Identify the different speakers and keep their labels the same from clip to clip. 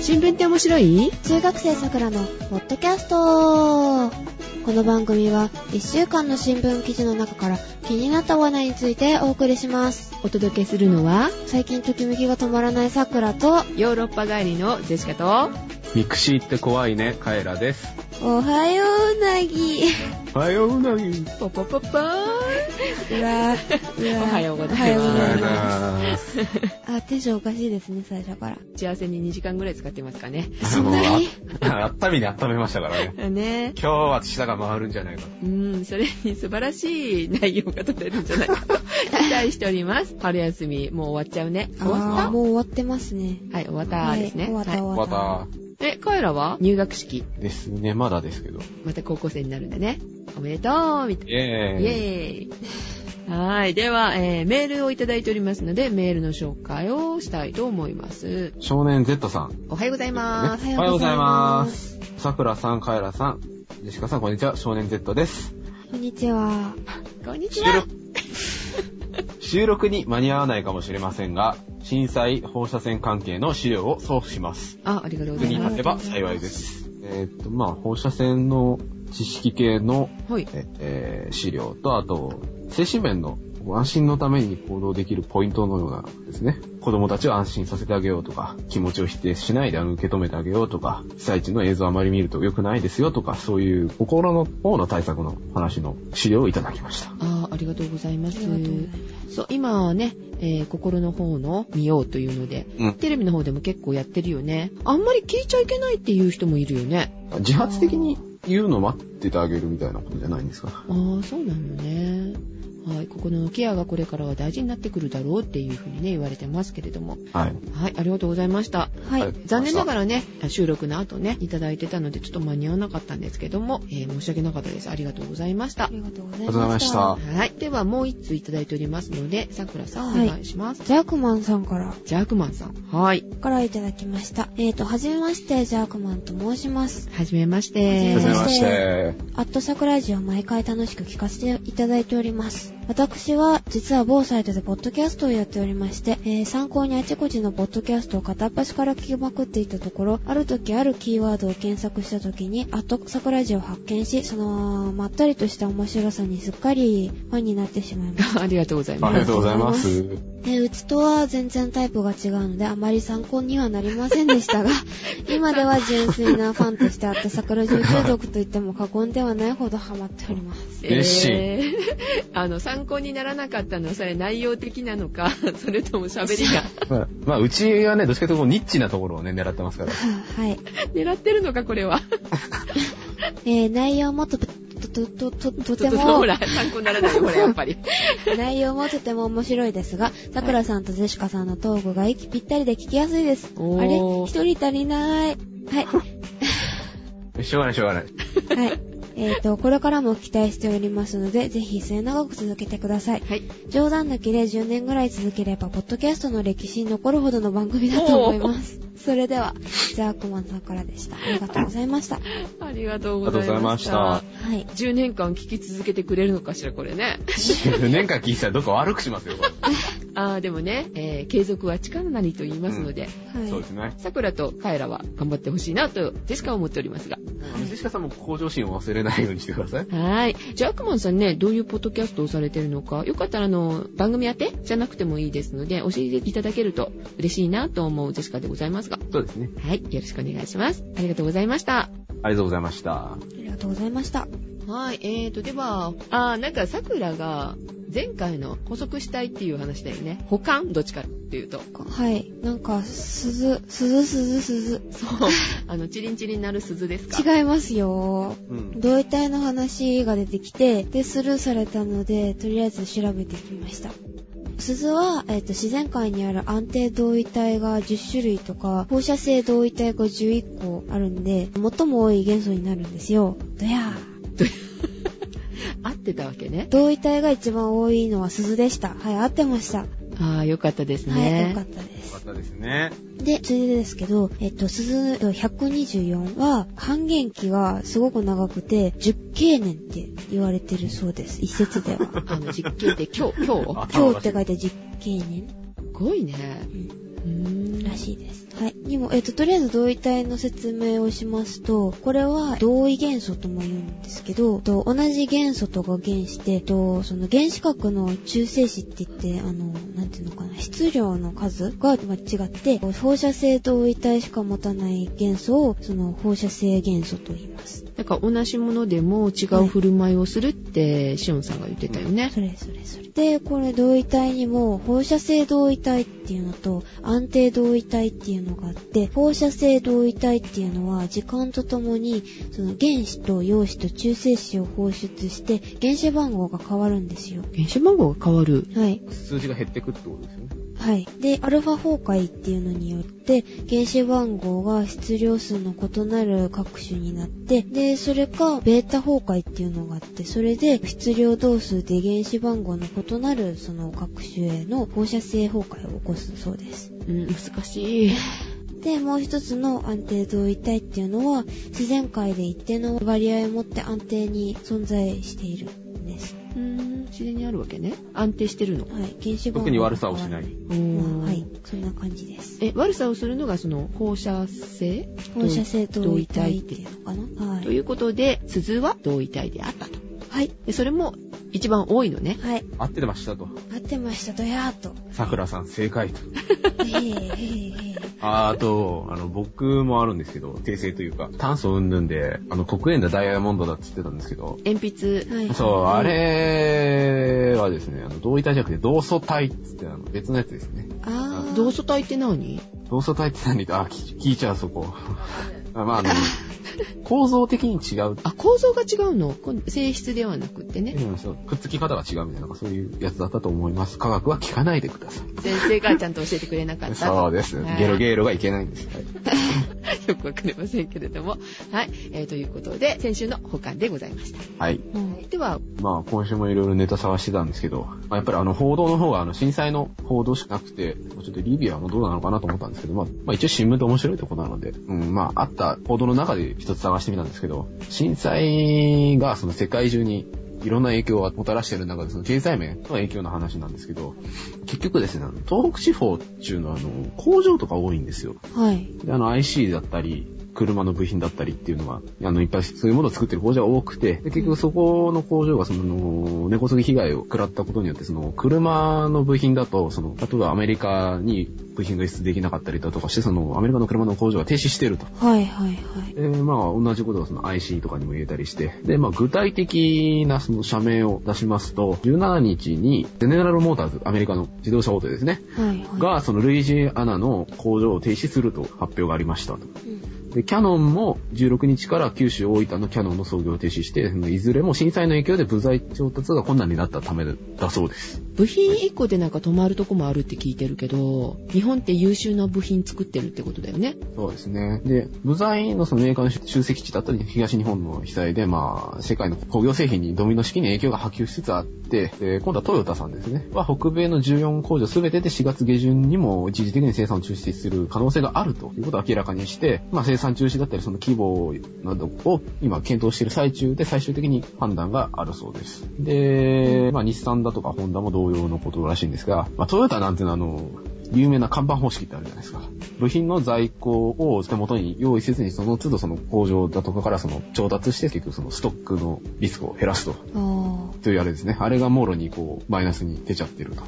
Speaker 1: 新聞って面白い
Speaker 2: 中学生さくらのポッドキャストこの番組は1週間の新聞記事の中から気になった話題についてお送りします
Speaker 1: お届けするのは
Speaker 2: 最近ときめきが止まらないさくらと
Speaker 1: ヨーロッパ帰りのジェシカと
Speaker 3: ミクシーって怖いね、カエラです。
Speaker 2: おはよううなぎ
Speaker 3: おはよううなぎ。
Speaker 1: ポポポポー
Speaker 2: うわ
Speaker 1: おはようございます
Speaker 2: おはよう
Speaker 3: お
Speaker 2: ござ
Speaker 3: はいようござい
Speaker 2: ま
Speaker 3: ます。
Speaker 2: すあテンションおかしいですね最初から
Speaker 1: 打ち合わせに2時間ぐらい使ってますかね。
Speaker 2: そんなに
Speaker 3: ああっためにあっためましたからね。
Speaker 1: ね
Speaker 3: 今日は舌が回るんじゃないか。
Speaker 1: うん、それに素晴らしい内容が取れるんじゃないかと期待しております。春休み、もう終わっちゃうね。終わった
Speaker 2: あーもう終わってますね
Speaker 1: はい、終わったですね。
Speaker 2: はい終わった
Speaker 1: は
Speaker 2: 終わ
Speaker 3: ま
Speaker 2: った、
Speaker 3: た、
Speaker 1: いえ、カエラは入学式。
Speaker 3: ですね、まだですけど。
Speaker 1: また高校生になるんでね。おめでとうみたい
Speaker 3: イェ
Speaker 1: な。
Speaker 3: ー
Speaker 1: イ
Speaker 3: イ。
Speaker 1: ェーイ。はーい。では、えー、メールをいただいておりますので、メールの紹介をしたいと思います。
Speaker 3: 少年 Z さん。
Speaker 1: おはようございます。
Speaker 3: おはようございます。さくらさん、カエラさん。ジェシカさん、こんにちは。少年 Z です。
Speaker 2: こんにちは
Speaker 1: こんにち
Speaker 3: 収
Speaker 1: は
Speaker 3: 録。収録に間に合わないかもしれませんが、震災放射線関係の資料を送付します。
Speaker 1: あ、ありがとうご
Speaker 3: 役
Speaker 1: ざい
Speaker 3: に
Speaker 1: ます
Speaker 3: 立。てば幸いです。えーっと、まあ、放射線の知識系の、
Speaker 1: はい。
Speaker 3: ええー資料と、あと、精神面の安心のために行動できるポイントのようなですね。子供たちを安心させてあげようとか、気持ちを否定しないであの受け止めてあげようとか、被災地の映像あまり見ると良くないですよとか、そういう心の方の対策の話の資料をいただきました。
Speaker 1: あありがとうございま
Speaker 2: あ
Speaker 1: す
Speaker 2: りがとうございます
Speaker 1: そう今はね、えー心の方の見ようというので
Speaker 3: うん。
Speaker 1: テレビの方でも結構やってるよねあんまり聞いちゃいけないっていう人もいるよね
Speaker 3: 自発的に言うの待っててあげるみたいなことじゃないんですか。
Speaker 1: ああそうなのねはい心のケアがこれからは大事になってくるだろうっていうふうにね言われてますけれども
Speaker 3: はい。
Speaker 1: はいありがとうございました
Speaker 2: はい、
Speaker 3: はい
Speaker 1: 残念ながらね収録の後ねいただいてたのでちょっと間に合わなかったんですけども、えー申し訳なかったですありがとうございまし
Speaker 2: あ
Speaker 1: た
Speaker 2: りがとうござ
Speaker 3: あり
Speaker 2: い
Speaker 3: がとうござい
Speaker 2: ま
Speaker 3: ま
Speaker 2: し
Speaker 3: したた。
Speaker 1: はいではもう1通いただいておりますのでさくらさんお願いします、
Speaker 2: ジャークマンさんから
Speaker 1: ジャークマンさんはい
Speaker 2: からいただきました。えっ、と、はじめまして、ジャークマンと申します。
Speaker 1: はじめまして。
Speaker 2: えは
Speaker 3: は
Speaker 2: じ
Speaker 3: じ
Speaker 2: め
Speaker 3: め
Speaker 2: ま
Speaker 3: ま
Speaker 2: し
Speaker 3: してて。
Speaker 2: アットサクラジオ毎回楽しく聞かせていただいております。私は、実は某サイトでポッドキャストをやっておりまして、えー参考にあちこちのポッドキャストを片っ端から聞きまくっていたところ、ある時あるキーワードを検索した時に、アットサクラジオを発見し、その、まったりとした面白さにすっかりファンになってしまいました。
Speaker 1: ありがとうござい
Speaker 3: あ
Speaker 1: ま
Speaker 3: りが
Speaker 1: す。
Speaker 3: とうございます。
Speaker 2: えーうちとは全然タイプが違うのであまり参考にはなりません でしたが今では純粋なファンとしてあった桜中中毒といっても過言ではないほどハマっております
Speaker 3: 嬉しい
Speaker 1: ー あの、参考にならなかったのは、それ内容的なのか、 それとも喋りが
Speaker 3: まあ、まあ、うちはね、どっちかというとこうニッチなところをね、狙ってますから。
Speaker 2: はい、
Speaker 1: 狙ってるのか、これは。
Speaker 2: えー内容もととととと
Speaker 1: ちょ
Speaker 2: て
Speaker 1: っと、ほ
Speaker 2: も
Speaker 1: ら、参考にならないよ、ほら、やっぱり。
Speaker 2: 内容もとても面白いですが桜さんとジェシカさんのトークが息ぴったりで聞きやすいですあ
Speaker 1: おー
Speaker 2: れ一人足り ないはい
Speaker 3: しょうがない、しょうがない。
Speaker 2: はいえーとこれからも期待しておりますのでぜひ末永く続けてください
Speaker 1: はい。
Speaker 2: 冗談抜きで10年ぐらい続ければ、ポッドキャストの歴史に残るほどの番組だと思います。それでは、ジャークマンさんからでした。ありがとうございました。は
Speaker 1: ありがとうございまし
Speaker 3: あ
Speaker 1: た。
Speaker 2: い。
Speaker 1: 10年間聞き続けてくれるのかしら、これ ね。
Speaker 3: 10年 間聞いてたらどっか悪くしますよ、これ
Speaker 1: あーでもね、えー継続は力なりと言いますので、
Speaker 2: はい。
Speaker 3: そうですね。
Speaker 1: さくらとカエラは頑張ってほしいなと、ジェシカは思っておりますが。
Speaker 3: ジェシカさんも向上心を忘れないようにしてください。
Speaker 1: はい。じゃあ、アクマンさんね、どういうポッドキャストをされてるのか、よかったら、あの、番組宛てじゃなくてもいいですので、教えていただけると嬉しいなと思うジェシカでございますが、
Speaker 3: そうですね。
Speaker 1: はい。よろしくお願いします。ありがとうございました。
Speaker 3: ありがとうございました。
Speaker 2: ありがとうございました。
Speaker 1: はい。えーと、では、あー、なんか、さくらが、前回の補足したいっていう話だよね。保管どっちかっていうと。
Speaker 2: はい。なんか、鈴、鈴、鈴、鈴。
Speaker 1: そう。 あの、チリンチリンなる鈴ですか。
Speaker 2: 違いますよ。
Speaker 3: うん。
Speaker 2: 同位体の話が出てきて、で、スルーされたので、とりあえず調べてきました。鈴は、えっ、と、自然界にある安定同位体が10種類とか、放射性同位体が11個あるんで、最も多い元素になるんですよ。どやー。
Speaker 1: 合ってたわけね。
Speaker 2: 同位体が一番多いのは鈴でした。はい、合ってました。
Speaker 1: あー、よかったです
Speaker 2: はい、
Speaker 1: ね。
Speaker 2: よかったです
Speaker 3: よか。ったですね。
Speaker 2: で、ついでですけど、えっと、鈴124は、半減期がすごく長くて、10経年って言われてるそうです。一説では。
Speaker 1: あ の、実験って今日、今日
Speaker 3: あ
Speaker 2: 今日って書いて10経年
Speaker 1: すごいね。
Speaker 2: うん
Speaker 1: うーんん
Speaker 2: らしいです。はい。にも、えっ、と、とりあえず同位体の説明をしますと、これは同位元素とも言うんですけど、と同じ元素とが原子で、とその原子核の中性子って言って、あの、なんていうのかな、質量の数がまあ違って、こう放射性同位体しか持たない元素を、その放射性元素と言います。
Speaker 1: なんか同じものでも違う振る舞いをするって、シオンさんが言ってたよね。
Speaker 2: それそれそれ。で、これ同位体にも放射性同位体っていうのと安定同位体っていうのがあって、放射性同位体っていうのは時間とともにその原子と陽子と中性子を放出して原子番号が変わるんですよ。
Speaker 1: 原子番号が変わる。
Speaker 2: はい。
Speaker 3: 数字が減ってくってことですよね。
Speaker 2: はい。で、アルファ崩壊っていうのによって、原子番号が質量数の異なる各種になって、で、それか、ベータ崩壊っていうのがあって、それで、質量同数で原子番号の異なる、その各種への放射性崩壊を起こすそうです。
Speaker 1: うん、難しい。
Speaker 2: で、もう一つの安定同位体っていうのは、自然界で一定の割合を持って安定に存在しているんです。
Speaker 1: うん、自然にあるわけね。安定してるの。
Speaker 2: はい。原子番号が
Speaker 3: 特に悪さをしない。
Speaker 1: おー
Speaker 2: まあはい。そんな感じです。
Speaker 1: え、悪さをするのがその放射性
Speaker 2: 放射性同位体っていうのかなは
Speaker 1: と
Speaker 2: い。
Speaker 1: いうことで、鈴は同位体であったと。
Speaker 2: はい。
Speaker 1: で、それも一番多いのね。
Speaker 2: はい。
Speaker 3: 合ってましたと。
Speaker 2: 合ってました、ドヤーっと。
Speaker 3: 桜さん正解と。
Speaker 2: へえへえへえ。
Speaker 3: あーあと、あの、僕もあるんですけど、訂正というか、炭素云々で、あの、黒鉛だ、ダイヤモンドだって言ってたんですけど、
Speaker 1: 鉛筆。
Speaker 2: はい
Speaker 3: そう、あれはですね、あの、同位体じゃなくて、同素体って言って、あの、別のやつですね。
Speaker 2: あー。
Speaker 1: 同素体って何
Speaker 3: 同素体って何か、あ、聞聞いちゃう、そこ。あまあ、あの、構造的に違う。
Speaker 1: あ、構造が違うの。こん性質ではなくってね。
Speaker 3: うんそうくっつき方が違うみたいな、なんかそういうやつだったと思います。科学は聞かないでください。
Speaker 1: 先生がちゃんと教えてくれなかった。
Speaker 3: そうです。
Speaker 1: はい
Speaker 3: ゲロゲロがいけないんです。はい
Speaker 1: よくわかりませんけれども。はい。えーということで、先週の保管でございました。
Speaker 3: はい。
Speaker 2: うん
Speaker 1: では、
Speaker 3: まあ今週もいろいろネタ探してたんですけど、まあ、やっぱりあの報道の方があの震災の報道しかなくて、まあちょっとリビアもどうなのかなと思ったんですけど、まあ、まあ一応新聞って面白いとこなので、うん、まああった報道の中で一つ探してみたんですけど、震災がその世界中にいろんな影響をもたらしてる中で、その経済面の影響の話なんですけど、結局ですね、あの東北地方っていうのはあの工場とか多いんですよ。
Speaker 2: はい。
Speaker 3: で、あの IC だったり、車の部品だったりっていうのが、あの、いっぱいそういうものを作ってる工場が多くて、で結局そこの工場がその、根こそぎ被害を食らったことによって、その、車の部品だと、その、例えばアメリカに部品が輸出できなかったりだとかして、その、アメリカの車の工場が停止してると。
Speaker 2: はいはいはい。
Speaker 3: えーまあ、同じことがその IC とかにも言えたりして。で、まあ、具体的なその社名を出しますと、17日に、ゼネラルモーターズ、アメリカの自動車大手ですね、
Speaker 2: はいはい。
Speaker 3: が、そのルイジアナの工場を停止すると発表がありました
Speaker 2: う
Speaker 3: と。
Speaker 2: ん、
Speaker 3: で、キャノンも16日から九州大分のキャノンの操業を停止して、いずれも震災の影響で部材調達が困難になったためだそうです。
Speaker 1: 部品1個でなんか止まるとこもあるって聞いてるけど、日本って優秀な部品作ってるってことだよね。
Speaker 3: そうですね。で、部材のそのメーカーの集積地だったり、東日本の被災で、まあ、世界の工業製品にドミノ式に影響が波及しつつあって、で今度はトヨタさんですね。は、北米の14工場すべてで4月下旬にも一時的に生産を中止する可能性があるということを明らかにして、まあ、生産中止だったり、その規模などを今検討している最中で、最終的に判断があるそうです。で、まあ、日産だとかホンダも同様のことらしいんですが、まあ、トヨタなんていうのは、あの、有名な看板方式ってあるじゃないですか。部品の在庫を手元に用意せずに、その都度その工場だとかからその調達して、結局そのストックのリスクを減らすと。
Speaker 2: あ
Speaker 3: というあれですね。あれがもろにこう、マイナスに出ちゃってると。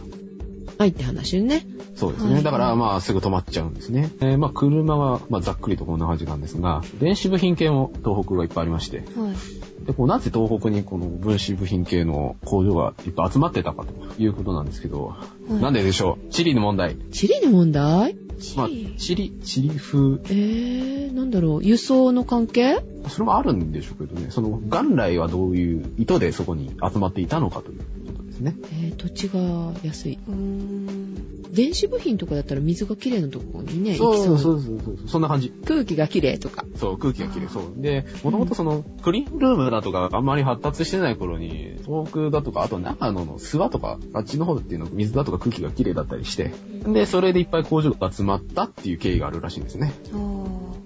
Speaker 1: はいって話よね。
Speaker 3: そうです
Speaker 2: は
Speaker 3: ね。
Speaker 2: い
Speaker 3: だから、まあ、すぐ止まっちゃうんですね。えーまあ、車は、まあ、ざっくりとこんな感じなんですが、電子部品系も東北がいっぱいありまして、
Speaker 2: あ。はい。
Speaker 3: で、こう、なぜ東北にこの分子部品系の工場がいっぱい集まってたかということなんですけど、
Speaker 2: はい
Speaker 3: なんででしょう地理の問題。
Speaker 1: チリの問題
Speaker 3: まあ、地理、地理風
Speaker 1: えー、なんだろう、輸送の関係
Speaker 3: それもあるんでしょうけどね、その元来はどういう意図でそこに集まっていたのかということですね。
Speaker 1: えー、土地が安い。
Speaker 2: うーん。
Speaker 1: 電子部品とかだったら水がきれいなとこにね、行きそう。
Speaker 3: うそうそう。そんな感じ。
Speaker 1: 空気がきれいとか。
Speaker 3: そう、空気がきれい。そう。で、もともとその、クリーンルームだとかあんまり発達してない頃に、東北だとか、あと長野の諏訪とか、あっちの方っていうのは水だとか空気がきれいだったりして、で、それでいっぱい工場が集まったっていう経緯があるらしいんですね。
Speaker 2: あー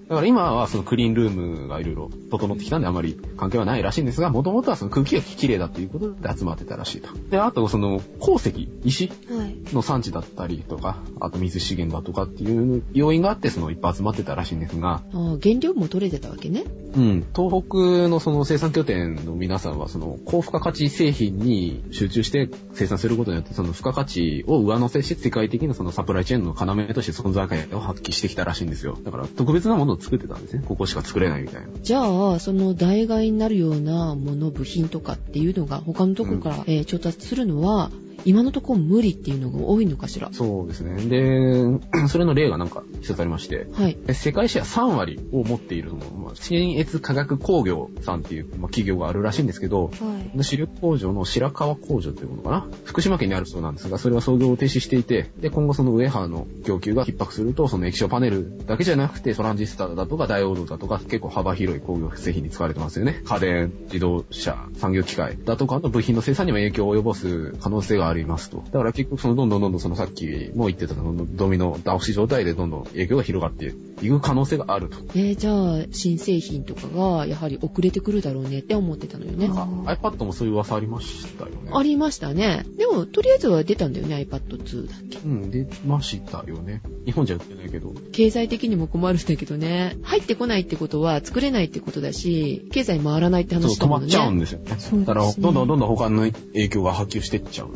Speaker 3: だから今はそのクリーンルームがいろいろ整ってきたんであまり関係はないらしいんですが、もともとはその空気がきれいだということで集まってたらしいと。で、あとその鉱石、石
Speaker 2: はい。
Speaker 3: の産地だったりとか、あと水資源だとかっていう要因があって、そのいっぱい集まってたらしいんですが、
Speaker 1: ああ原料も取れてたわけね。
Speaker 3: うん、東北のその生産拠点の皆さんは、その高付加価値製品に集中して生産することによって、その付加価値を上乗せして世界的なそのサプライチェーンの要として存在感を発揮してきたらしいんですよ。だから特別なものを作ってたんですね。ここしか作れないみたいな。
Speaker 1: じゃあ、その代替になるようなもの、部品とかっていうのが他のとこから、えー調達するのは、今のところ無理っていうのが多いのかしら。
Speaker 3: そうですね。で、 それの例がなんか一つありまして、
Speaker 1: はい。
Speaker 3: 世界シェア3割を持っているのも、まあ新越化学工業さんっていう、まあ、企業があるらしいんですけど、
Speaker 2: はい。
Speaker 3: 主力工場の白川工場というものかな福島県にあるそうなんですが、それは操業を停止していて、で、今後そのウェハーの供給が逼迫すると、その液晶パネルだけじゃなくて、トランジスタだとかダイオードだとか、結構幅広い工業製品に使われてますよね。家電、自動車、産業機械だとかの部品の生産にも影響を及ぼす可能性がありますと。だから結局そのどんどんどんどんそのさっきも言ってたそのドミノ倒し状態でどんどん影響が広がっていく可能性があると。
Speaker 1: えーじゃあ、新製品とかが、やはり遅れてくるだろうねって思ってたのよね。
Speaker 3: なんか iPad もそういう噂ありましたよね。
Speaker 1: ありましたね。でも、とりあえずは出たんだよね、iPad2 だっけ。
Speaker 3: うん、出ましたよね。日本じゃ売ってないけど。
Speaker 1: 経済的にも困るんだけどね。入ってこないってことは作れないってことだし、経済回らないって
Speaker 3: そう、
Speaker 1: 話
Speaker 3: 止
Speaker 1: だも
Speaker 3: ま
Speaker 1: ん
Speaker 3: っ
Speaker 1: ね。
Speaker 3: ちゃうんですよね。
Speaker 2: そうですね
Speaker 3: だから、どんどんどんどん他の影響が波及してっちゃう。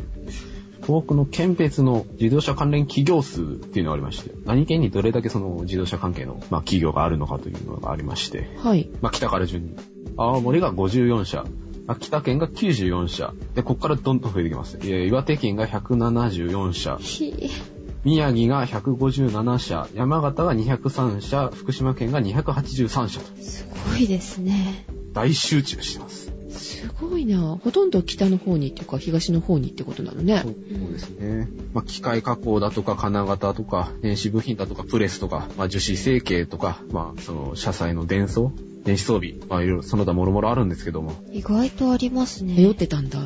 Speaker 3: 東北の県別の自動車関連企業数っていうのがありまして、何県にどれだけその自動車関係の、まあ、企業があるのかというのがありまして、
Speaker 1: はい。
Speaker 3: まあ、北から順に。青森が54社。秋田県が94社。で、ここからどんどん増えてきます。えー岩手県が174社。
Speaker 2: ひー
Speaker 3: 宮城が157社。山形が203社。福島県が283社と。
Speaker 2: すごいですね。
Speaker 3: 大集中してます。
Speaker 1: すごいな。ほとんど北の方にっていうか、東の方にってことなのね
Speaker 3: そ。うですね。まあ、機械加工だとか、金型とか、電子部品だとか、プレスとか、まあ、樹脂成形とか、まあ、その、車載の電装、電子装備、まあ、いろいろ、その他もろもろあるんですけども。
Speaker 2: 意外とありますね。
Speaker 1: 迷ってたんだ。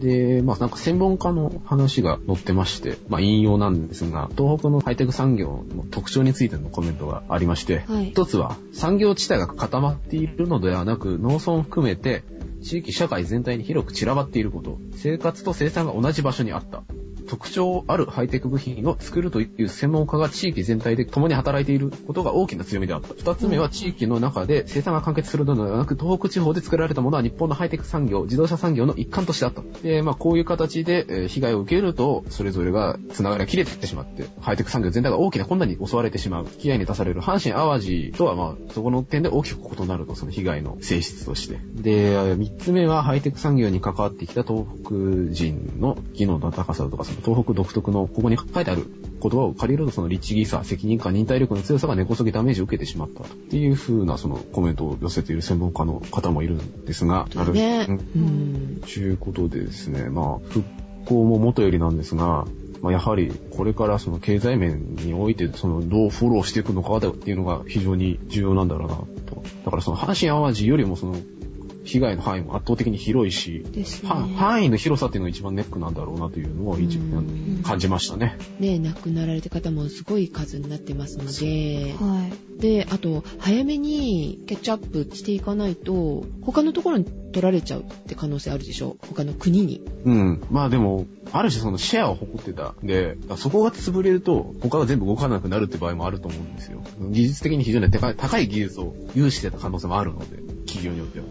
Speaker 3: で、まあ、なんか専門家の話が載ってまして、まあ、引用なんですが、東北のハイテク産業の特徴についてのコメントがありまして、
Speaker 2: はい
Speaker 3: 一つは、産業地帯が固まっているのではなく、農村を含めて、地域社会全体に広く散らばっていること、生活と生産が同じ場所にあった。特徴あるハイテク部品を作るという専門家が地域全体で共に働いていることが大きな強みであった。二つ目は地域の中で生産が完結するのではなく、東北地方で作られたものは日本のハイテク産業、自動車産業の一環としてあった。で、まあこういう形でえー被害を受けると、それぞれが繋がりが切れていってしまって、ハイテク産業全体が大きな困難に襲われてしまう。被害に出される阪神淡路とはまあそこの点で大きく異なると、その被害の性質として。で、三つ目はハイテク産業に関わってきた東北人の技能の高さとか、その東北独特の、ここに書いてある言葉を借りると、その律儀さ、責任感、忍耐力の強さが根こそぎダメージを受けてしまったと。っていう風なそのコメントを寄せている専門家の方もいるんですが、なる
Speaker 1: ね。
Speaker 3: うん
Speaker 1: うん。
Speaker 3: ということでですね、まあ、復興も元よりなんですが、まあ、やはりこれからその経済面においてそのどうフォローしていくのかだっていうのが非常に重要なんだろうなと。だからその阪神淡路よりもその被害の範囲も圧倒的に広いし、
Speaker 2: ですね。
Speaker 3: は範囲の広さっていうのが一番ネックなんだろうなというのを一
Speaker 1: うん
Speaker 3: 感じましたね。
Speaker 1: ね亡くなられた方もすごい数になってますので、
Speaker 2: はい。
Speaker 1: で、あと、早めにキャッチアップしていかないと、他のところに取られちゃうって可能性あるでしょ他の国に。
Speaker 3: うん。まあでも、ある種そのシェアを誇ってたんで、そこが潰れると他が全部動かなくなるって場合もあると思うんですよ。技術的に非常に高い高い技術を有してた可能性もあるので、企業によっては。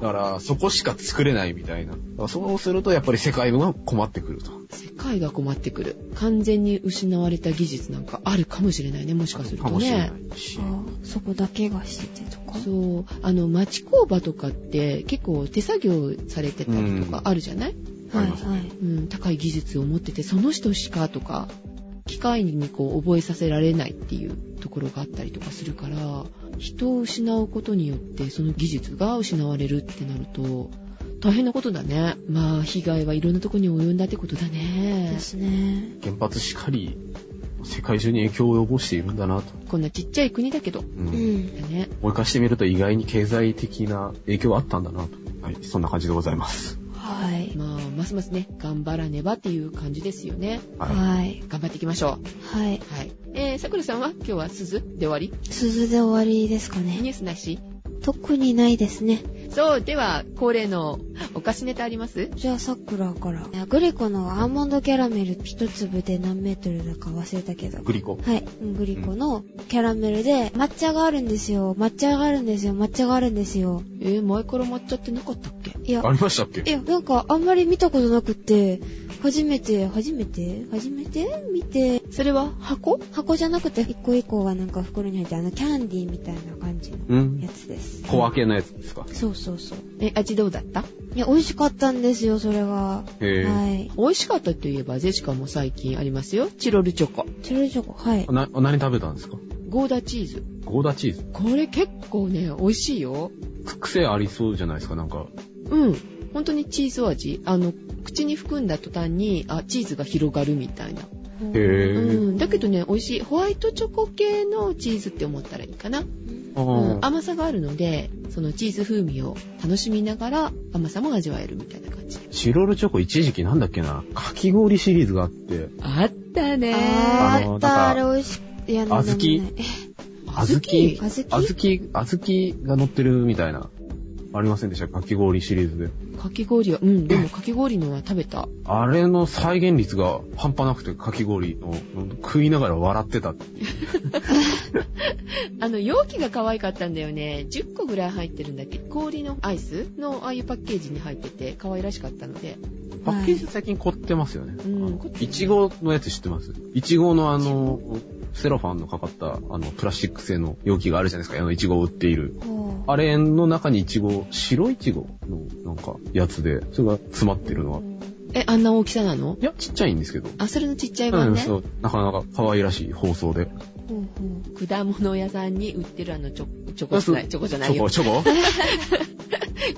Speaker 3: だ
Speaker 2: は
Speaker 3: から、そこしか作れないみたいな。だからそうするとやっぱり世界が困ってくると。
Speaker 1: 世界が困ってくる。完全に失われた技術なんかあるかもしれないね、もしかする
Speaker 3: か
Speaker 1: と
Speaker 3: もしれな
Speaker 1: ね。
Speaker 3: いし。
Speaker 2: あ。そこだけがしててとか。
Speaker 1: そう、あの、町工場とかって結構手作業されてたりとかあるじゃない、
Speaker 2: はい
Speaker 3: あります
Speaker 2: はい。
Speaker 1: うん、高い技術を持っててその人しかとか機械にこう覚えさせられないっていうところがあったりとかするから人を失うことによってその技術が失われるってなると大変なことだねまあ被害はいろんなとこに及んだってことだね
Speaker 2: ですね。
Speaker 3: 原発しかり、世界中に影響を及ぼしているんだなと。
Speaker 1: こんなちっちゃい国だけどだ
Speaker 3: うん
Speaker 2: うん。
Speaker 1: ね
Speaker 3: 追い返してみると意外に経済的な影響はあったんだなと。はい、そんな感じでございます。
Speaker 2: はい。
Speaker 1: まあますますね頑張らねばっていう感じですよね
Speaker 3: はい。
Speaker 2: はい。
Speaker 1: 頑張っていきましょう
Speaker 2: はい。
Speaker 1: はいえー、さくらさんは今日は鈴で終わり
Speaker 2: 鈴で終わりですか
Speaker 1: ニュ
Speaker 2: ね。
Speaker 1: ースなし
Speaker 2: 特にないですね。
Speaker 1: そう、では、恒例のお菓子ネタあります
Speaker 2: じゃあ、さくらから。えグリコのアーモンドキャラメル一粒で何メートルだか忘れたけど。
Speaker 3: グリコ。
Speaker 2: はい。うんグリコのキャラメルで、抹茶があるんですよ。抹茶があるんですよ。抹茶があるんですよ。
Speaker 1: えー、前から抹茶ってなかったっけ
Speaker 2: いや、
Speaker 3: ありましたっけ
Speaker 2: いや、なんかあんまり見たことなくって、初めて、初めて初めて見て、
Speaker 1: それは箱
Speaker 2: 箱じゃなくて一個一個がなんか袋に入って、あのキャンディーみたいな感じの
Speaker 3: うん
Speaker 2: や。つです。
Speaker 3: 小分けのやつですか。
Speaker 2: そうそうそう。
Speaker 1: え、味どうだった
Speaker 2: いや、美味しかったんですよ、それが。
Speaker 3: へ
Speaker 2: は
Speaker 3: え。
Speaker 2: い。
Speaker 1: 美味しかったといえば、ジェシカも最近ありますよ。チロルチョコ。
Speaker 2: チロルチョコ、はい。
Speaker 3: な、何食べたんですか
Speaker 1: ゴーダチーズ。
Speaker 3: ゴーダチーズ。
Speaker 1: これ結構ね、美味しいよ。
Speaker 3: く癖ありそうじゃないですか、なんか。
Speaker 1: うん。本当にチーズ味。あの、口に含んだ途端に、あ、チーズが広がるみたいな。
Speaker 3: へえ。
Speaker 1: うん。だけどね、美味しい。ホワイトチョコ系のチーズって思ったらいいかな。
Speaker 3: あ
Speaker 1: うん
Speaker 3: ー。
Speaker 1: 甘さがあるので、そのチーズ風味を楽しみながら甘さも味わえるみたいな感じ。
Speaker 3: チロルチョコ一時期なんだっけな。かき氷シリーズがあって、
Speaker 1: あったね
Speaker 2: あ
Speaker 3: あ
Speaker 2: ー
Speaker 3: の
Speaker 2: あった、
Speaker 3: な
Speaker 2: あ
Speaker 3: んか
Speaker 2: れ美味しい。いや、なんでもない。
Speaker 3: 小豆
Speaker 2: あずき
Speaker 3: あずき、あずきが乗ってるみたいな。ありませんでしたかき氷シリーズで。
Speaker 1: かき氷は、うん、でもかき氷のは食べた。
Speaker 3: あれの再現率が半端なくて、かき氷を食いながら笑ってた。
Speaker 1: あの、容器が可愛かったんだよね。10個ぐらい入ってるんだっけ氷のアイスのああいうパッケージに入ってて可愛らしかったので。
Speaker 3: パッケージ最近凝ってますよね。
Speaker 1: うん
Speaker 3: あの
Speaker 1: 凝ってる
Speaker 3: いちごのやつ知ってますいちごのあの、セロファンのかかった、あの、プラスチック製の容器があるじゃないですか。あの、いちごを売っている。
Speaker 2: ほう
Speaker 3: あれの中にいちご、白いちごの、なんか、やつで、それが詰まってるのは。
Speaker 1: え、あんな大きさなの
Speaker 3: いや、ちっちゃいんですけど。
Speaker 1: あ、それのちっちゃいう版
Speaker 3: ん、
Speaker 1: ね。
Speaker 3: そう。なかなか可愛らしい包装で。
Speaker 2: ほうほう
Speaker 1: 果物屋さんに売ってるあのチョチョコじゃない、チョコじゃな
Speaker 3: チ
Speaker 1: い
Speaker 3: ョコ、
Speaker 1: よ。
Speaker 3: チョコ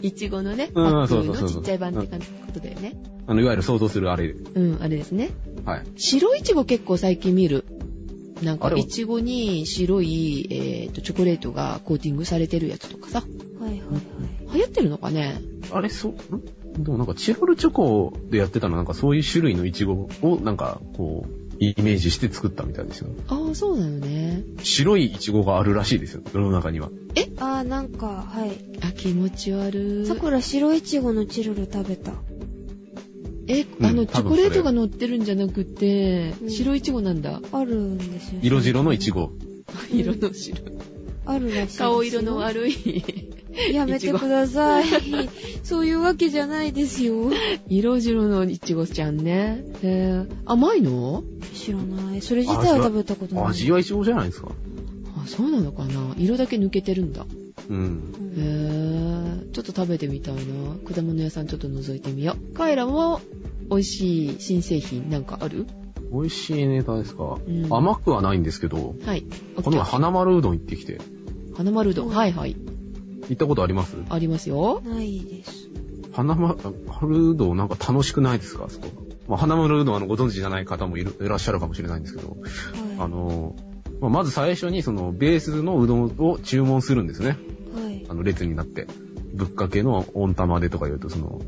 Speaker 1: いちごのね、パ
Speaker 3: うん
Speaker 1: ック
Speaker 3: そうそうそうそ
Speaker 1: の
Speaker 3: う
Speaker 1: ちっちゃい版って感じことだよね。
Speaker 3: あの、いわゆる想像するあれ。
Speaker 1: うん、あれですね。
Speaker 3: はい。
Speaker 1: 白いちご結構最近見る。なん
Speaker 3: あ
Speaker 1: か、
Speaker 3: れ
Speaker 1: いちごに白い、えー、とチョコレートがコーティングされてるやつとかさ、
Speaker 2: はいはい
Speaker 1: 流行ってるのかね
Speaker 3: あれ、そ、んでもなんか、チロルチョコでやってたのなんか、そういう種類のイチゴを、なんか、こう、イメージして作ったみたいですよ。
Speaker 1: ああ、そうなのね。
Speaker 3: 白いイチゴがあるらしいですよ、世の中には。
Speaker 2: はい。あー、なんか、はい。
Speaker 1: あ、気持ち悪い。
Speaker 2: さくら白いちごのチロル食べた。
Speaker 1: え、
Speaker 3: ん
Speaker 1: あの、
Speaker 3: 多分
Speaker 1: チョコレートが乗ってるんじゃなくて、
Speaker 2: うん
Speaker 1: 白いちごなんだ。
Speaker 2: あるんですよ。
Speaker 3: 色白のイチゴ。
Speaker 2: うん
Speaker 1: 色の白い。
Speaker 2: あるらしいですよ。
Speaker 1: 顔色の悪い。
Speaker 2: やめてください。そういうわけじゃないですよ。
Speaker 1: 色白のいちごちゃんね。えー、甘いの
Speaker 2: 知らない。それ自体は食べたことない。
Speaker 3: 味はイチゴじゃないですか。
Speaker 1: あ、そうなのかな色だけ抜けてるんだ。
Speaker 3: うん。
Speaker 2: うん
Speaker 1: へー、ちょっと食べてみたいな。果物屋さんちょっと覗いてみよう。カイラも美味しい新製品なんかある
Speaker 3: 美味しいネタですか。
Speaker 1: ん
Speaker 3: 甘くはないんですけど、
Speaker 1: はい。
Speaker 3: この前花丸うどん行ってきて、
Speaker 1: 花丸うどん。はいはい。
Speaker 3: 行ったことあります
Speaker 1: ありますよ。
Speaker 2: ないです。
Speaker 3: 花丸、丸うどんなんか楽しくないですかあそこ。まあ、花丸うどんあの、ご存知じゃない方もいるいらっしゃるかもしれないんですけど、あ
Speaker 2: は
Speaker 3: の、まあまず最初にそのベースのうどんを注文するんですね。
Speaker 2: い。はい。
Speaker 3: あの列になって。ぶっかけの温玉でとか言うと、その、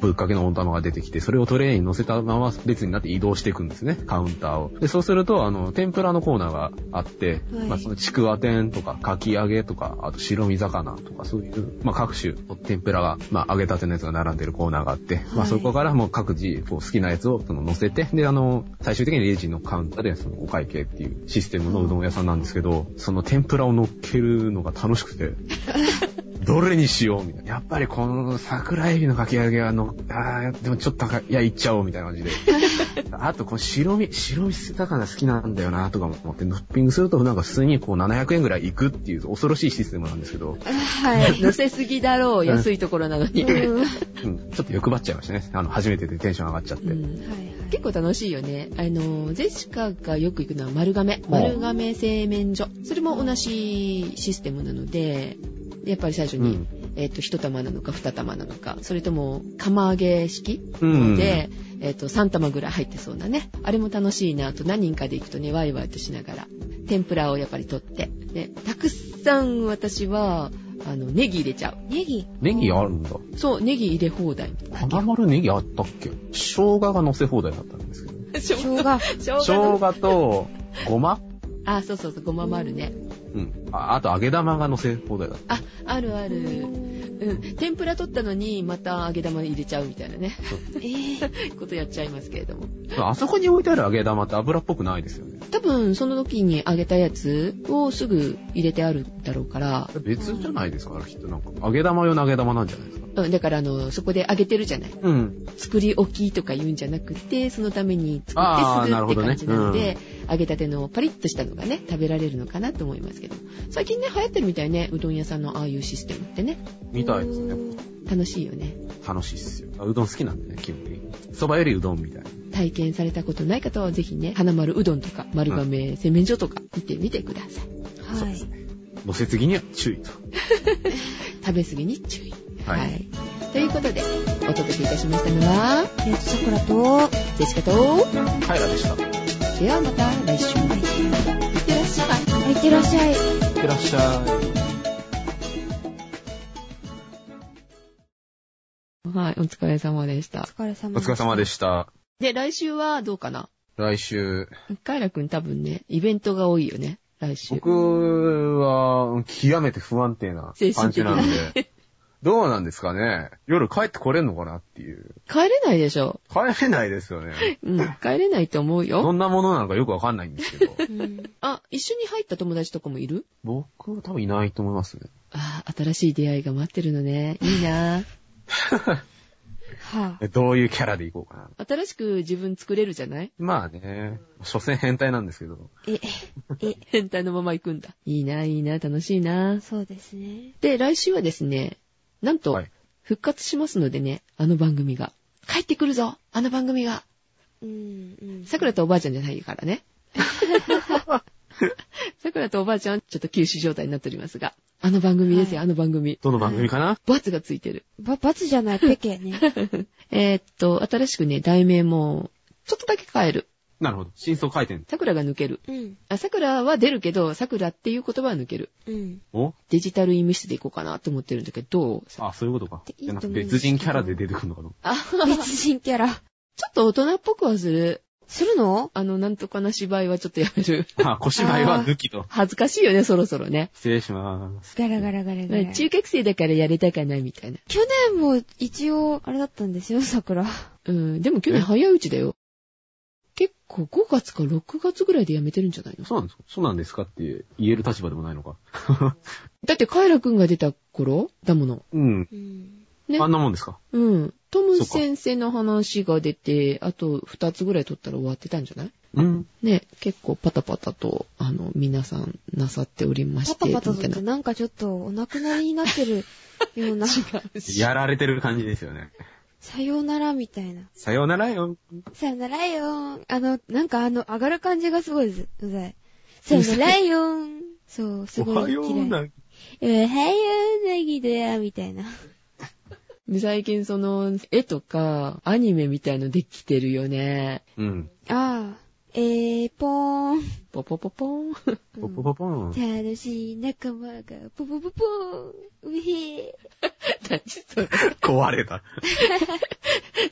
Speaker 3: ぶっかけの温玉が出てきて、それをトレーに乗せたまま列になって移動していくんですね、カウンターを。で、そうすると、あの、天ぷらのコーナーがあって、
Speaker 2: はい
Speaker 3: まあ、そのちくわ天とか、かき揚げとか、あと白身魚とか、そういう、まあ、各種、天ぷらが、まあ、揚げたてのやつが並んでるコーナーがあって、ま
Speaker 2: は
Speaker 3: あ、
Speaker 2: い
Speaker 3: そこからもう各自、こう、好きなやつを、その、乗せて、で、あの、最終的にレジのカウンターで、その、お会計っていうシステムのうどん屋さんなんですけど、その天ぷらを乗っけるのが楽し くて、どれにしようみたいな。やっぱりこの桜エビのかき揚げはの、あーでもちょっと高い。いや、いっちゃおうみたいな 感じで。あと、この白身、白身魚好きなんだよなとかも思って、トッピングするとなんか普通にこう700円ぐらいいくっていう恐ろしいシステムなんですけど、
Speaker 2: はい。
Speaker 1: 乗せすぎだろう。
Speaker 3: ん
Speaker 1: 安いところなのに。
Speaker 2: うんは
Speaker 3: うん、ちょっと欲張っちゃいましたね。あの、初めてでテンション上がっちゃって。
Speaker 1: うん
Speaker 2: いはい。
Speaker 1: 結構楽しいよね。あの、ジェシカがよく行くのは丸亀。
Speaker 3: うん
Speaker 1: 丸亀製麺所。それも同じシステムなので、やっぱり最初に、
Speaker 3: うん
Speaker 1: えっ、と、一玉なのか二玉なのか、それとも釜揚げ式
Speaker 3: うん
Speaker 1: で、えっ、と、三玉ぐらい入ってそうなね。あれも楽しいなと、何人かで行くとね、ワイワイとしながら、天ぷらをやっぱり取って。で、たくさん私は、あの、ネギ入れちゃう。
Speaker 2: ネギ。
Speaker 3: ネギあるんだ。
Speaker 1: そう、ネギ入れ放 題。
Speaker 3: 花丸ネギあったっけ生姜が乗せ放題だったんですけど。
Speaker 1: 生
Speaker 2: 生姜。
Speaker 1: 姜
Speaker 3: 生
Speaker 1: の。
Speaker 3: 姜と、ごま
Speaker 1: あ、そうそうそう、ごまもあるね。
Speaker 3: うん。ああと、揚げ玉が乗せ放題だった。
Speaker 1: あ、あるある。うん、天ぷら取ったのにまた揚げ玉入れちゃうみたいなね
Speaker 2: えー、
Speaker 1: ことやっちゃいますけれども
Speaker 3: あそこに置いてある揚げ玉って油っぽくないですよね。
Speaker 1: 多分その時に揚げたやつをすぐ入れてあるだろうから、
Speaker 3: 別じゃないですか、あれきっとなんか。揚げ玉用の揚げ玉なんじゃないですか。
Speaker 1: うん、だからあのそこで揚げてるじゃない
Speaker 3: うん。
Speaker 1: 作り置きとか言うんじゃなくてそのために作
Speaker 3: あ
Speaker 1: っ
Speaker 3: ー
Speaker 1: てす
Speaker 3: な
Speaker 1: ぐっ
Speaker 3: る
Speaker 1: て
Speaker 3: ほど
Speaker 1: 感
Speaker 3: ね
Speaker 1: じなので揚げたてのパリッとしたのがね食べられるのかなと思いますけど最近ね流行ってるみたいねうどん屋さんのああいうシステムってね
Speaker 3: みたいですね。
Speaker 1: 楽しいよね
Speaker 3: 楽しいっすよ。うどん好きなんでね、基本的に。蕎麦よりうどんみたいな。
Speaker 1: 体験されたことない方はぜひね花丸うどんとか丸亀製麺所とか行ってみてください
Speaker 2: は
Speaker 3: そうで
Speaker 2: い
Speaker 3: す。乗せ次には注意と。
Speaker 1: 食べ過ぎに注意
Speaker 3: はい
Speaker 1: ということでお届けいたしましたのは
Speaker 2: やつさくらと、
Speaker 1: ジェシカと
Speaker 3: カイラでした。い
Speaker 1: ではまた来週いってらっしゃい
Speaker 2: いってらっしゃい。
Speaker 3: ってらっしゃい。
Speaker 1: はい、お疲れ様でし
Speaker 2: お
Speaker 1: た。
Speaker 2: 疲れ様
Speaker 3: お疲れ様でした。
Speaker 1: で、来週はどうかな
Speaker 3: 来週、
Speaker 1: カイラくん多分ね、イベントが多いよね、来週。
Speaker 3: 僕は、極めて不安定な
Speaker 1: 精
Speaker 3: 感
Speaker 1: 神
Speaker 3: じ
Speaker 1: 的
Speaker 3: な
Speaker 1: な
Speaker 3: ので、どうなんですかね夜帰ってこれんのかなっていう。
Speaker 1: 帰れないでしょ。
Speaker 3: 帰れないですよね。
Speaker 1: うん、 帰れないと思う
Speaker 3: ど
Speaker 1: よ。
Speaker 3: んなものなのかよくわかんないんですけど。
Speaker 2: うん。
Speaker 1: あ、一緒に入った友達とかもいる
Speaker 3: 僕は多分いないと思いますね。
Speaker 1: あー、新しい出会いが待ってるのね。いいな ー
Speaker 2: はぁ、
Speaker 3: えどういうキャラでいこうかな。
Speaker 1: 新しく自分作れるじゃない
Speaker 3: まあね、所詮変態なんですけど。
Speaker 2: え、え、
Speaker 1: 変態のまま行くんだ。いいな、いいな、楽しいな。
Speaker 2: そうですね。
Speaker 1: で、来週はですね、なんと
Speaker 3: はい、
Speaker 1: 復活しますのでね、あの番組が。帰ってくるぞあの番組が
Speaker 2: うん、うん。
Speaker 1: 桜とおばあちゃんじゃないから ね。桜とおばあちゃん、ちょっと休止状態になっておりますが。あの番組ですよ、
Speaker 2: は
Speaker 1: あの番組。
Speaker 3: どの番組かな、
Speaker 1: バツがついてる。
Speaker 2: ば、罰じゃない、ペケね。
Speaker 1: えーっと、新しくね、題名も、ちょっとだけ変える。
Speaker 3: なるほど。真相回転。
Speaker 1: 桜が抜ける。
Speaker 2: うん、
Speaker 1: あ、桜は出るけど、桜っていう言葉は抜ける。
Speaker 2: うん。
Speaker 3: お
Speaker 1: デジタル医務室でいこうかなと思ってるんだけど、
Speaker 3: あ、そういうことか。
Speaker 2: で
Speaker 3: じゃな
Speaker 2: いいと思
Speaker 3: くて
Speaker 2: うんです
Speaker 3: 別
Speaker 2: けど
Speaker 3: 人キャラで出てくるのかと。
Speaker 1: あ、
Speaker 2: 別人キャラ。
Speaker 1: ちょっと大人っぽくはする。
Speaker 2: するの
Speaker 1: あの、なんとかな芝居はちょっとやめる。
Speaker 3: あ、小芝居は抜きと。
Speaker 1: 恥ずかしいよね、そろそろね。
Speaker 3: 失礼します。
Speaker 2: ガラガラガラガ
Speaker 1: まあ
Speaker 2: ラ。
Speaker 1: 中
Speaker 2: 去
Speaker 1: 学生だからやれたかな、みたいな。
Speaker 2: 年も一応、あれだったんですよ、桜。
Speaker 1: うん、でも去年
Speaker 3: え
Speaker 1: 早いうちだよ。結構5月か6月ぐらいでやめてるんじゃないの
Speaker 3: そうなんですかそうなんですかって言える立場でもないのか。
Speaker 1: だってカイラくんが出た頃だもの。
Speaker 3: うん。
Speaker 2: うん。
Speaker 1: ね
Speaker 3: あんなもんですか
Speaker 1: うん。トム
Speaker 3: そうか
Speaker 1: 先生の話が出て、あと2つぐらい取ったら終わってたんじゃない
Speaker 3: うん。
Speaker 1: ね、結構パタパタと、あの、皆さんなさっておりま
Speaker 2: パ
Speaker 1: し
Speaker 2: タ
Speaker 1: て、
Speaker 2: パタ
Speaker 1: みた
Speaker 2: と
Speaker 1: い
Speaker 2: って
Speaker 1: な。
Speaker 2: なんかちょっとお亡くなりになってるよ うな、
Speaker 3: やられてる感じですよね。
Speaker 2: さようならみたいな。
Speaker 3: さようならよ。
Speaker 2: さよならよーん。あの、なんかあの、上がる感じがすごいです。うざい。さよならよーん。そう、す
Speaker 3: お
Speaker 2: ご
Speaker 3: はい
Speaker 2: 嫌
Speaker 3: よ
Speaker 2: い。
Speaker 3: うな。
Speaker 2: おはようなぎだよ、みたいな。
Speaker 1: で最近その、絵とか、アニメみたいのできてるよね。
Speaker 3: うん。
Speaker 2: ああ、えー、ぽーん。
Speaker 1: ポポポポーン。
Speaker 3: ポポポポン。
Speaker 2: 楽しい仲間が、ぽぽぽぽーん。うへー。
Speaker 1: 何それ
Speaker 3: 壊れた。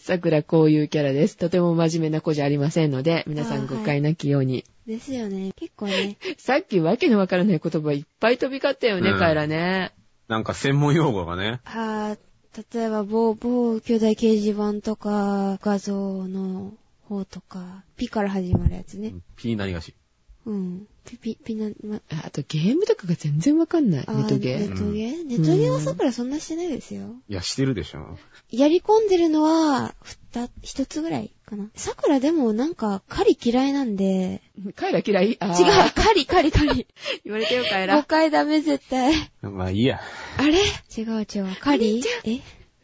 Speaker 1: 桜こういうキャラです。とても真面目な子じゃありませんので、皆さん誤解なきように。
Speaker 2: ですよね。結構ね。
Speaker 1: さっきわけのわからない言葉いっぱい飛び交ったよね、
Speaker 3: うん
Speaker 1: カエラね。
Speaker 3: なんか専門用語がね。
Speaker 2: あー、例えば某、某兄弟掲示板とか、画像の方とか、ピから始まるやつね。
Speaker 3: ピー何がし。
Speaker 2: うん。ピピ、ピな、ま、
Speaker 1: あとゲームとかが全然わかんない。
Speaker 2: あ
Speaker 1: ネトゲ
Speaker 2: ネ
Speaker 1: ー。
Speaker 2: トゲーネトゲはさくらそんなしてないですよ。
Speaker 3: いや、してるでしょ。
Speaker 2: やり込んでるのは、ふた、一つぐらいかな。さくらでもなんか、狩り嫌いなんで、
Speaker 1: カエラ嫌いあー
Speaker 2: 違う、狩り狩り狩り。
Speaker 1: 言われてよ、カエ
Speaker 2: 誤
Speaker 1: ラ。
Speaker 2: 解ダメ絶対。
Speaker 3: まあいいや。
Speaker 2: あれ違う違う、狩りえ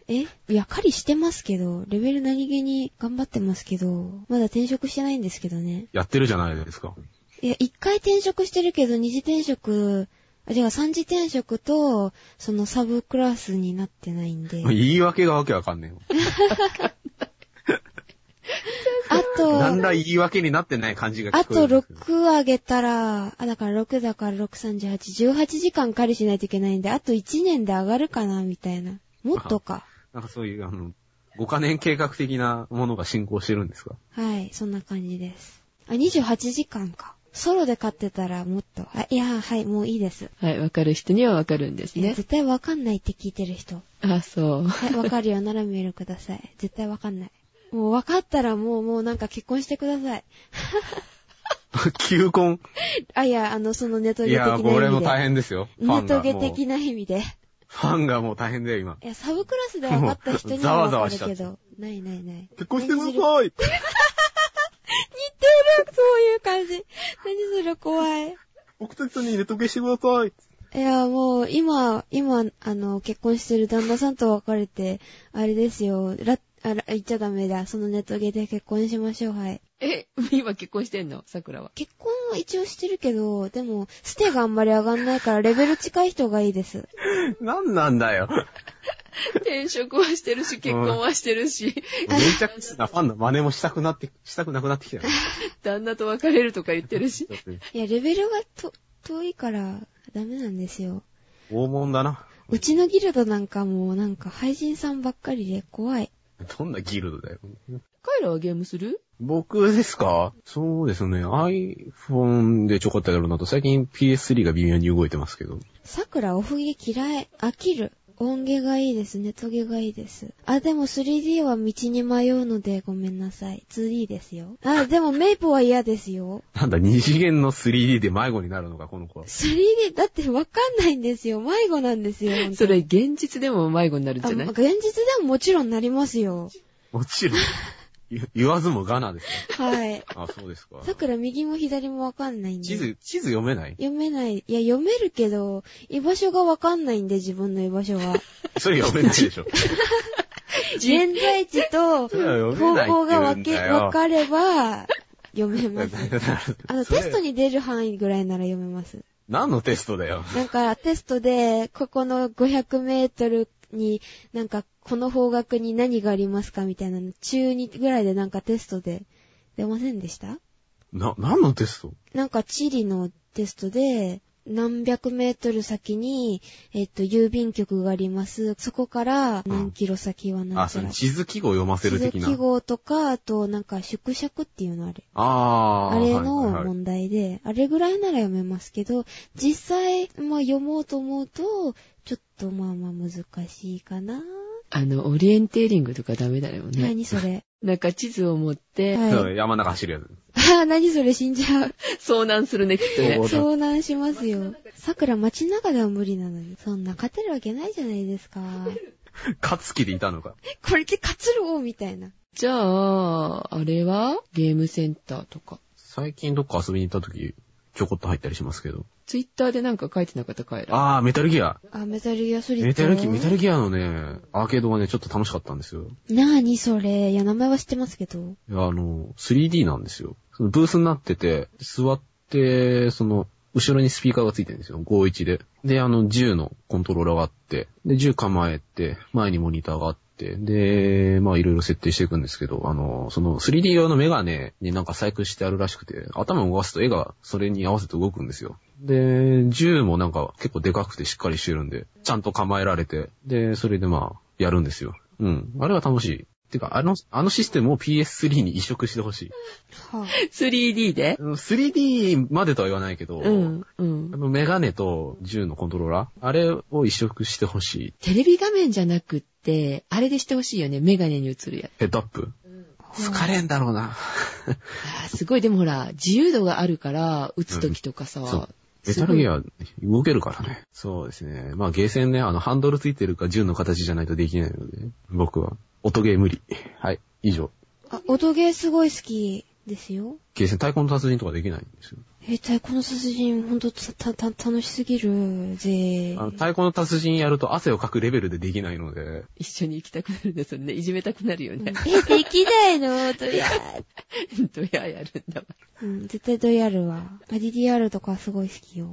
Speaker 2: えいや、狩りしてますけど、レベル何気に頑張ってますけど、まだ転職してないんですけどね。
Speaker 3: やってるじゃないですか。
Speaker 2: いや、一回転職してるけど、二次転職、あ、違う、三次転職と、そのサブクラスになってないんで。
Speaker 3: 言い訳がわけわかんねえよ。
Speaker 2: あと、
Speaker 3: なんだ言い訳になってない感じが
Speaker 2: あ
Speaker 3: 聞こえ
Speaker 2: と
Speaker 3: るんですけど。
Speaker 2: 6上げたら、あ、だから6だから6、38、18時間狩りしないといけないんで、あと1年で上がるかな、みたいな。もっとか。
Speaker 3: なんかそういう、あの、5カ年計画的なものが進行してるんですか
Speaker 2: はい、そんな感じです。あ、28時間か。ソロで飼ってたらもっと、あいや、はい、もういいです。
Speaker 1: はい、わかる人にはわかるんですね。
Speaker 2: 絶対わかんないって聞いてる人。
Speaker 1: あ、そう。
Speaker 2: はい、わかるよならメールください。 絶対わかんない。もうわかったらもう、もうなんか結婚してください。
Speaker 3: 求婚。
Speaker 2: あ、いや、あの、そのネト
Speaker 3: い
Speaker 2: ゲ的な
Speaker 3: や
Speaker 2: 意味
Speaker 3: ー、
Speaker 2: で。
Speaker 3: これも大変ですよ。ファン
Speaker 2: ネト
Speaker 3: が
Speaker 2: ゲ
Speaker 3: もう。
Speaker 2: 的な意味で。
Speaker 3: ファンがもう大変だよ、今。
Speaker 2: いや、サブクラスで分かった人には分
Speaker 3: もうざ
Speaker 2: か
Speaker 3: わ
Speaker 2: る
Speaker 3: ざわ
Speaker 2: け
Speaker 3: しちゃ
Speaker 2: ど。ないないない。
Speaker 3: 結婚してください
Speaker 2: 似てるそういう感じ。何それ怖い。
Speaker 3: 僕たちさんにネトゲしてくださ い
Speaker 2: いや、もう、今、今、あの、結婚してる旦那さんと別れて、あれですよ、ら、あら、言っちゃダメだ。そのネットゲで結婚しましょう、はい。
Speaker 1: え、今結婚してんの桜は。
Speaker 2: 結婚は一応してるけど、でも、ステがあんまり上がんないから、レベル近い人がいいです。
Speaker 3: なんなんだよ。
Speaker 1: 転職はしてるし、結婚はしてるし、
Speaker 3: めちゃくちゃなファンの真似もしたくなって、したくなくなって きたよ。
Speaker 1: 旦那と別れるとか言ってる し。
Speaker 2: いや、レベルがと、遠いから、ダメなんですよ。
Speaker 3: 拷問だな。
Speaker 2: うちのギルドなんかもう、なんか、廃人さんばっかりで怖い。
Speaker 3: どんなギルドだよ。
Speaker 1: カイラはゲームする
Speaker 3: 僕ですかそうですね。iPhone でちょこっとやるなと、最近 PS3 が微妙に動いてますけど。
Speaker 2: 桜オフゲ嫌い。飽きる。音ゲがいいです。ネトゲがいいです。あ、でも 3D は道に迷うのでごめんなさい。2D ですよ。あ、でもメイプは嫌ですよ。
Speaker 3: なんだ、二次元の 3D で迷子になるのか、この子は。
Speaker 2: 3D だってわかんないんですよ。迷子なんですよ。本当に
Speaker 1: それ、現実でも迷子になるん
Speaker 2: あ
Speaker 1: じゃ
Speaker 2: 現
Speaker 1: ない
Speaker 2: 実でももちろんなりますよ。
Speaker 3: もちろん。言言わずもがなですね。
Speaker 2: はい。
Speaker 3: あ、そうですか。
Speaker 2: 桜右も左もわかんないんで。
Speaker 3: 地図、地図読めない
Speaker 2: 読めない。いや、読めるけど、居場所がわかんないんで、自分の居場所が。
Speaker 3: それ読めないでしょ。
Speaker 2: 現在地と
Speaker 3: い
Speaker 2: 方
Speaker 3: や読めな
Speaker 2: 向が
Speaker 3: いって言うん
Speaker 2: 分け、
Speaker 3: だよ
Speaker 2: 分かれば、読め ます。あの、
Speaker 3: それ
Speaker 2: テストに出る範囲ぐらいなら読めます。
Speaker 3: 何のテストだよ。
Speaker 2: なんか、テストで、ここの500メートルに、なんか、この方角に何がありますかみたいなの、中2ぐらいでなんかテストで出ませんでした
Speaker 3: な、何のテスト
Speaker 2: なんか、地理のテストで、何百メートル先に、えっと、郵便局があります。そこから、何キロ先は何
Speaker 3: あ、
Speaker 2: ち
Speaker 3: そ
Speaker 2: ゃ
Speaker 3: の
Speaker 2: ら。
Speaker 3: 地図記号読ませる的
Speaker 2: 地
Speaker 3: な
Speaker 2: 図記。号とか、あと、なんか、縮尺っていうのあれ。
Speaker 3: あー。
Speaker 2: あれ
Speaker 3: はい
Speaker 2: の
Speaker 3: はいはい
Speaker 2: 問題で、あれぐらいなら読めますけど、実際、まあ読もうと思うと、ちょっとまあまあ難しいかな。
Speaker 1: あの、オリエンテーリングとかダメだよね。
Speaker 2: 何そ れ。
Speaker 1: なんか地図を持って、
Speaker 2: はい
Speaker 3: そう山の中走るやつ。
Speaker 2: ああ、 何それ死んじゃう。
Speaker 1: 遭難するね、きっとね
Speaker 3: そう。
Speaker 2: 遭難しますよ。桜街の中では無理なのに。そんな勝てるわけないじゃないです か。
Speaker 3: 勝つ気でいたのか。
Speaker 2: これで勝つろうみたいな。
Speaker 1: じゃあ、あれはゲームセンターとか。
Speaker 3: 最近どっか遊びに行った時、ちょこっと入ったりしますけど。
Speaker 1: ツイッターでなんか書いてなかったカイラ。
Speaker 3: あー、メタルギア。
Speaker 2: あ、メタルギアソリッド。
Speaker 3: メタルギア、メタルギアのね、アーケードがね、ちょっと楽しかったんですよ。
Speaker 2: なあにそれ。いや、名前は知ってますけど。
Speaker 3: いやあの、3D なんですよ。そのブースになってて、座って、その、後ろにスピーカーがついてるんですよ。51で。で、あの、銃のコントローラーがあって、で、銃構えて、前にモニターがあって、で、まあ、いろいろ設定していくんですけど、あの、その 3D 用のメガネになんか細工してあるらしくて、頭を動かすと絵がそれに合わせて動くんですよ。で、銃もなんか結構でかくてしっかりしてるんで、ちゃんと構えられて、で、それでまあ、やるんですよ。うん。あれは楽しい。てか、あの、あのシステムを PS3 に移植してほしい。
Speaker 2: は
Speaker 1: 3D で
Speaker 3: うん 3D までとは言わないけど、
Speaker 1: うん、うん
Speaker 3: あ。のメガネと銃のコントローラー、あれを移植してほしい。
Speaker 1: テレビ画面じゃなくって、あれでしてほしいよね、メガネに映るやつ。
Speaker 3: ヘッドアップ。
Speaker 2: あ。
Speaker 3: 疲れんだろうな。
Speaker 1: あーすごい、でもほら、自由度があるから、打つときとかさ、
Speaker 3: そう。メ
Speaker 1: す
Speaker 3: タ
Speaker 1: ご
Speaker 3: ル
Speaker 1: い
Speaker 3: ギア動けるからね。そうですね。まあゲーセンね、あのハンドルついてるか銃の形じゃないとできないので、僕は。音ゲー無理。はい、以上。
Speaker 2: あ、音ゲーすごい好きですよ。
Speaker 3: ゲーセン、太鼓の達人とかできないんですよ。
Speaker 2: えー、太鼓の殺人、ほんとた、た、た、楽しすぎるぜ
Speaker 3: あ。の太鼓の達人やると汗をかくレベルでできないので、
Speaker 1: 一緒に行きたくなるんですよね。いじめたくなるよ
Speaker 2: うん
Speaker 1: ね。
Speaker 2: え、できないのとりあえず。
Speaker 1: どややるんだわ。
Speaker 2: うん、絶対ドヤルは。まあ DDR とかすごい好きよ。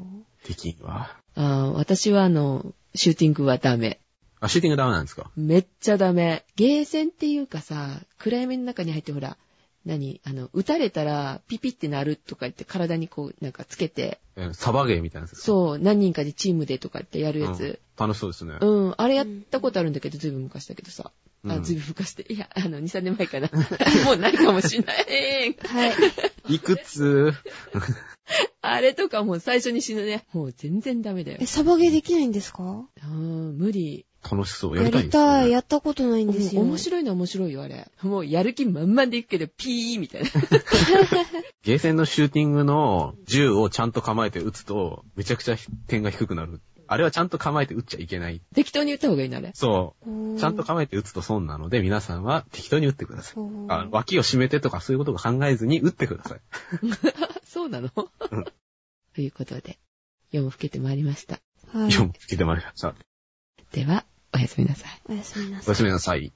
Speaker 3: できんわ。
Speaker 1: あー私はあの、シューティングはダメ。
Speaker 3: あ、シューティングダメなんですか
Speaker 1: めっちゃダメ。ゲーセンっていうかさ、暗闇の中に入ってほら、何あの、撃たれたらピピってなるとか言って体にこうなんかつけて、
Speaker 3: えーサバゲーみたいなやつですか
Speaker 1: そう、何人かでチームでとかってやるやつ。
Speaker 3: うん楽しそうですね。
Speaker 1: うん、あれやったことあるんだけど、ずいぶん昔だけどさ。
Speaker 3: う
Speaker 1: あ、
Speaker 3: ん
Speaker 1: ずいぶん昔って、いや、あの、2、3年前かな。もうないかもしんない。
Speaker 2: はい。
Speaker 3: いくつ
Speaker 1: あれとかもう最初に死ぬね。もう全然ダメだよ
Speaker 2: え、。サバゲーできないんですか
Speaker 1: あー無理。
Speaker 3: 楽しそう。や
Speaker 2: や
Speaker 3: りたい
Speaker 2: り
Speaker 3: です、ね。
Speaker 2: たい。やったことないんです
Speaker 1: も
Speaker 2: よ。
Speaker 1: う面白いのは面白いよ、あれ。もうやる気満々でいくけど、ピーみたい な。
Speaker 3: ゲーセンのシューティングの銃をちゃんと構えて撃つと、めちゃくちゃ点が低くなる。あれはちゃんと構えて撃っちゃいけない。
Speaker 1: 適当に言った方がいいの、あれ。
Speaker 3: そ
Speaker 2: おー
Speaker 3: う。ちゃんと構えて撃つと損なので、皆さんは適当に撃ってください。
Speaker 2: おー
Speaker 3: あ脇を締めてとかそういうことを考えずに撃ってください。
Speaker 1: そうなの
Speaker 3: うん
Speaker 1: ということで、夜も更けてまいりました。
Speaker 2: はい
Speaker 3: 今日。も聞いてまいりました。
Speaker 1: では、おやすみなさい。
Speaker 2: おやすみなさい
Speaker 3: おや。すみなさい。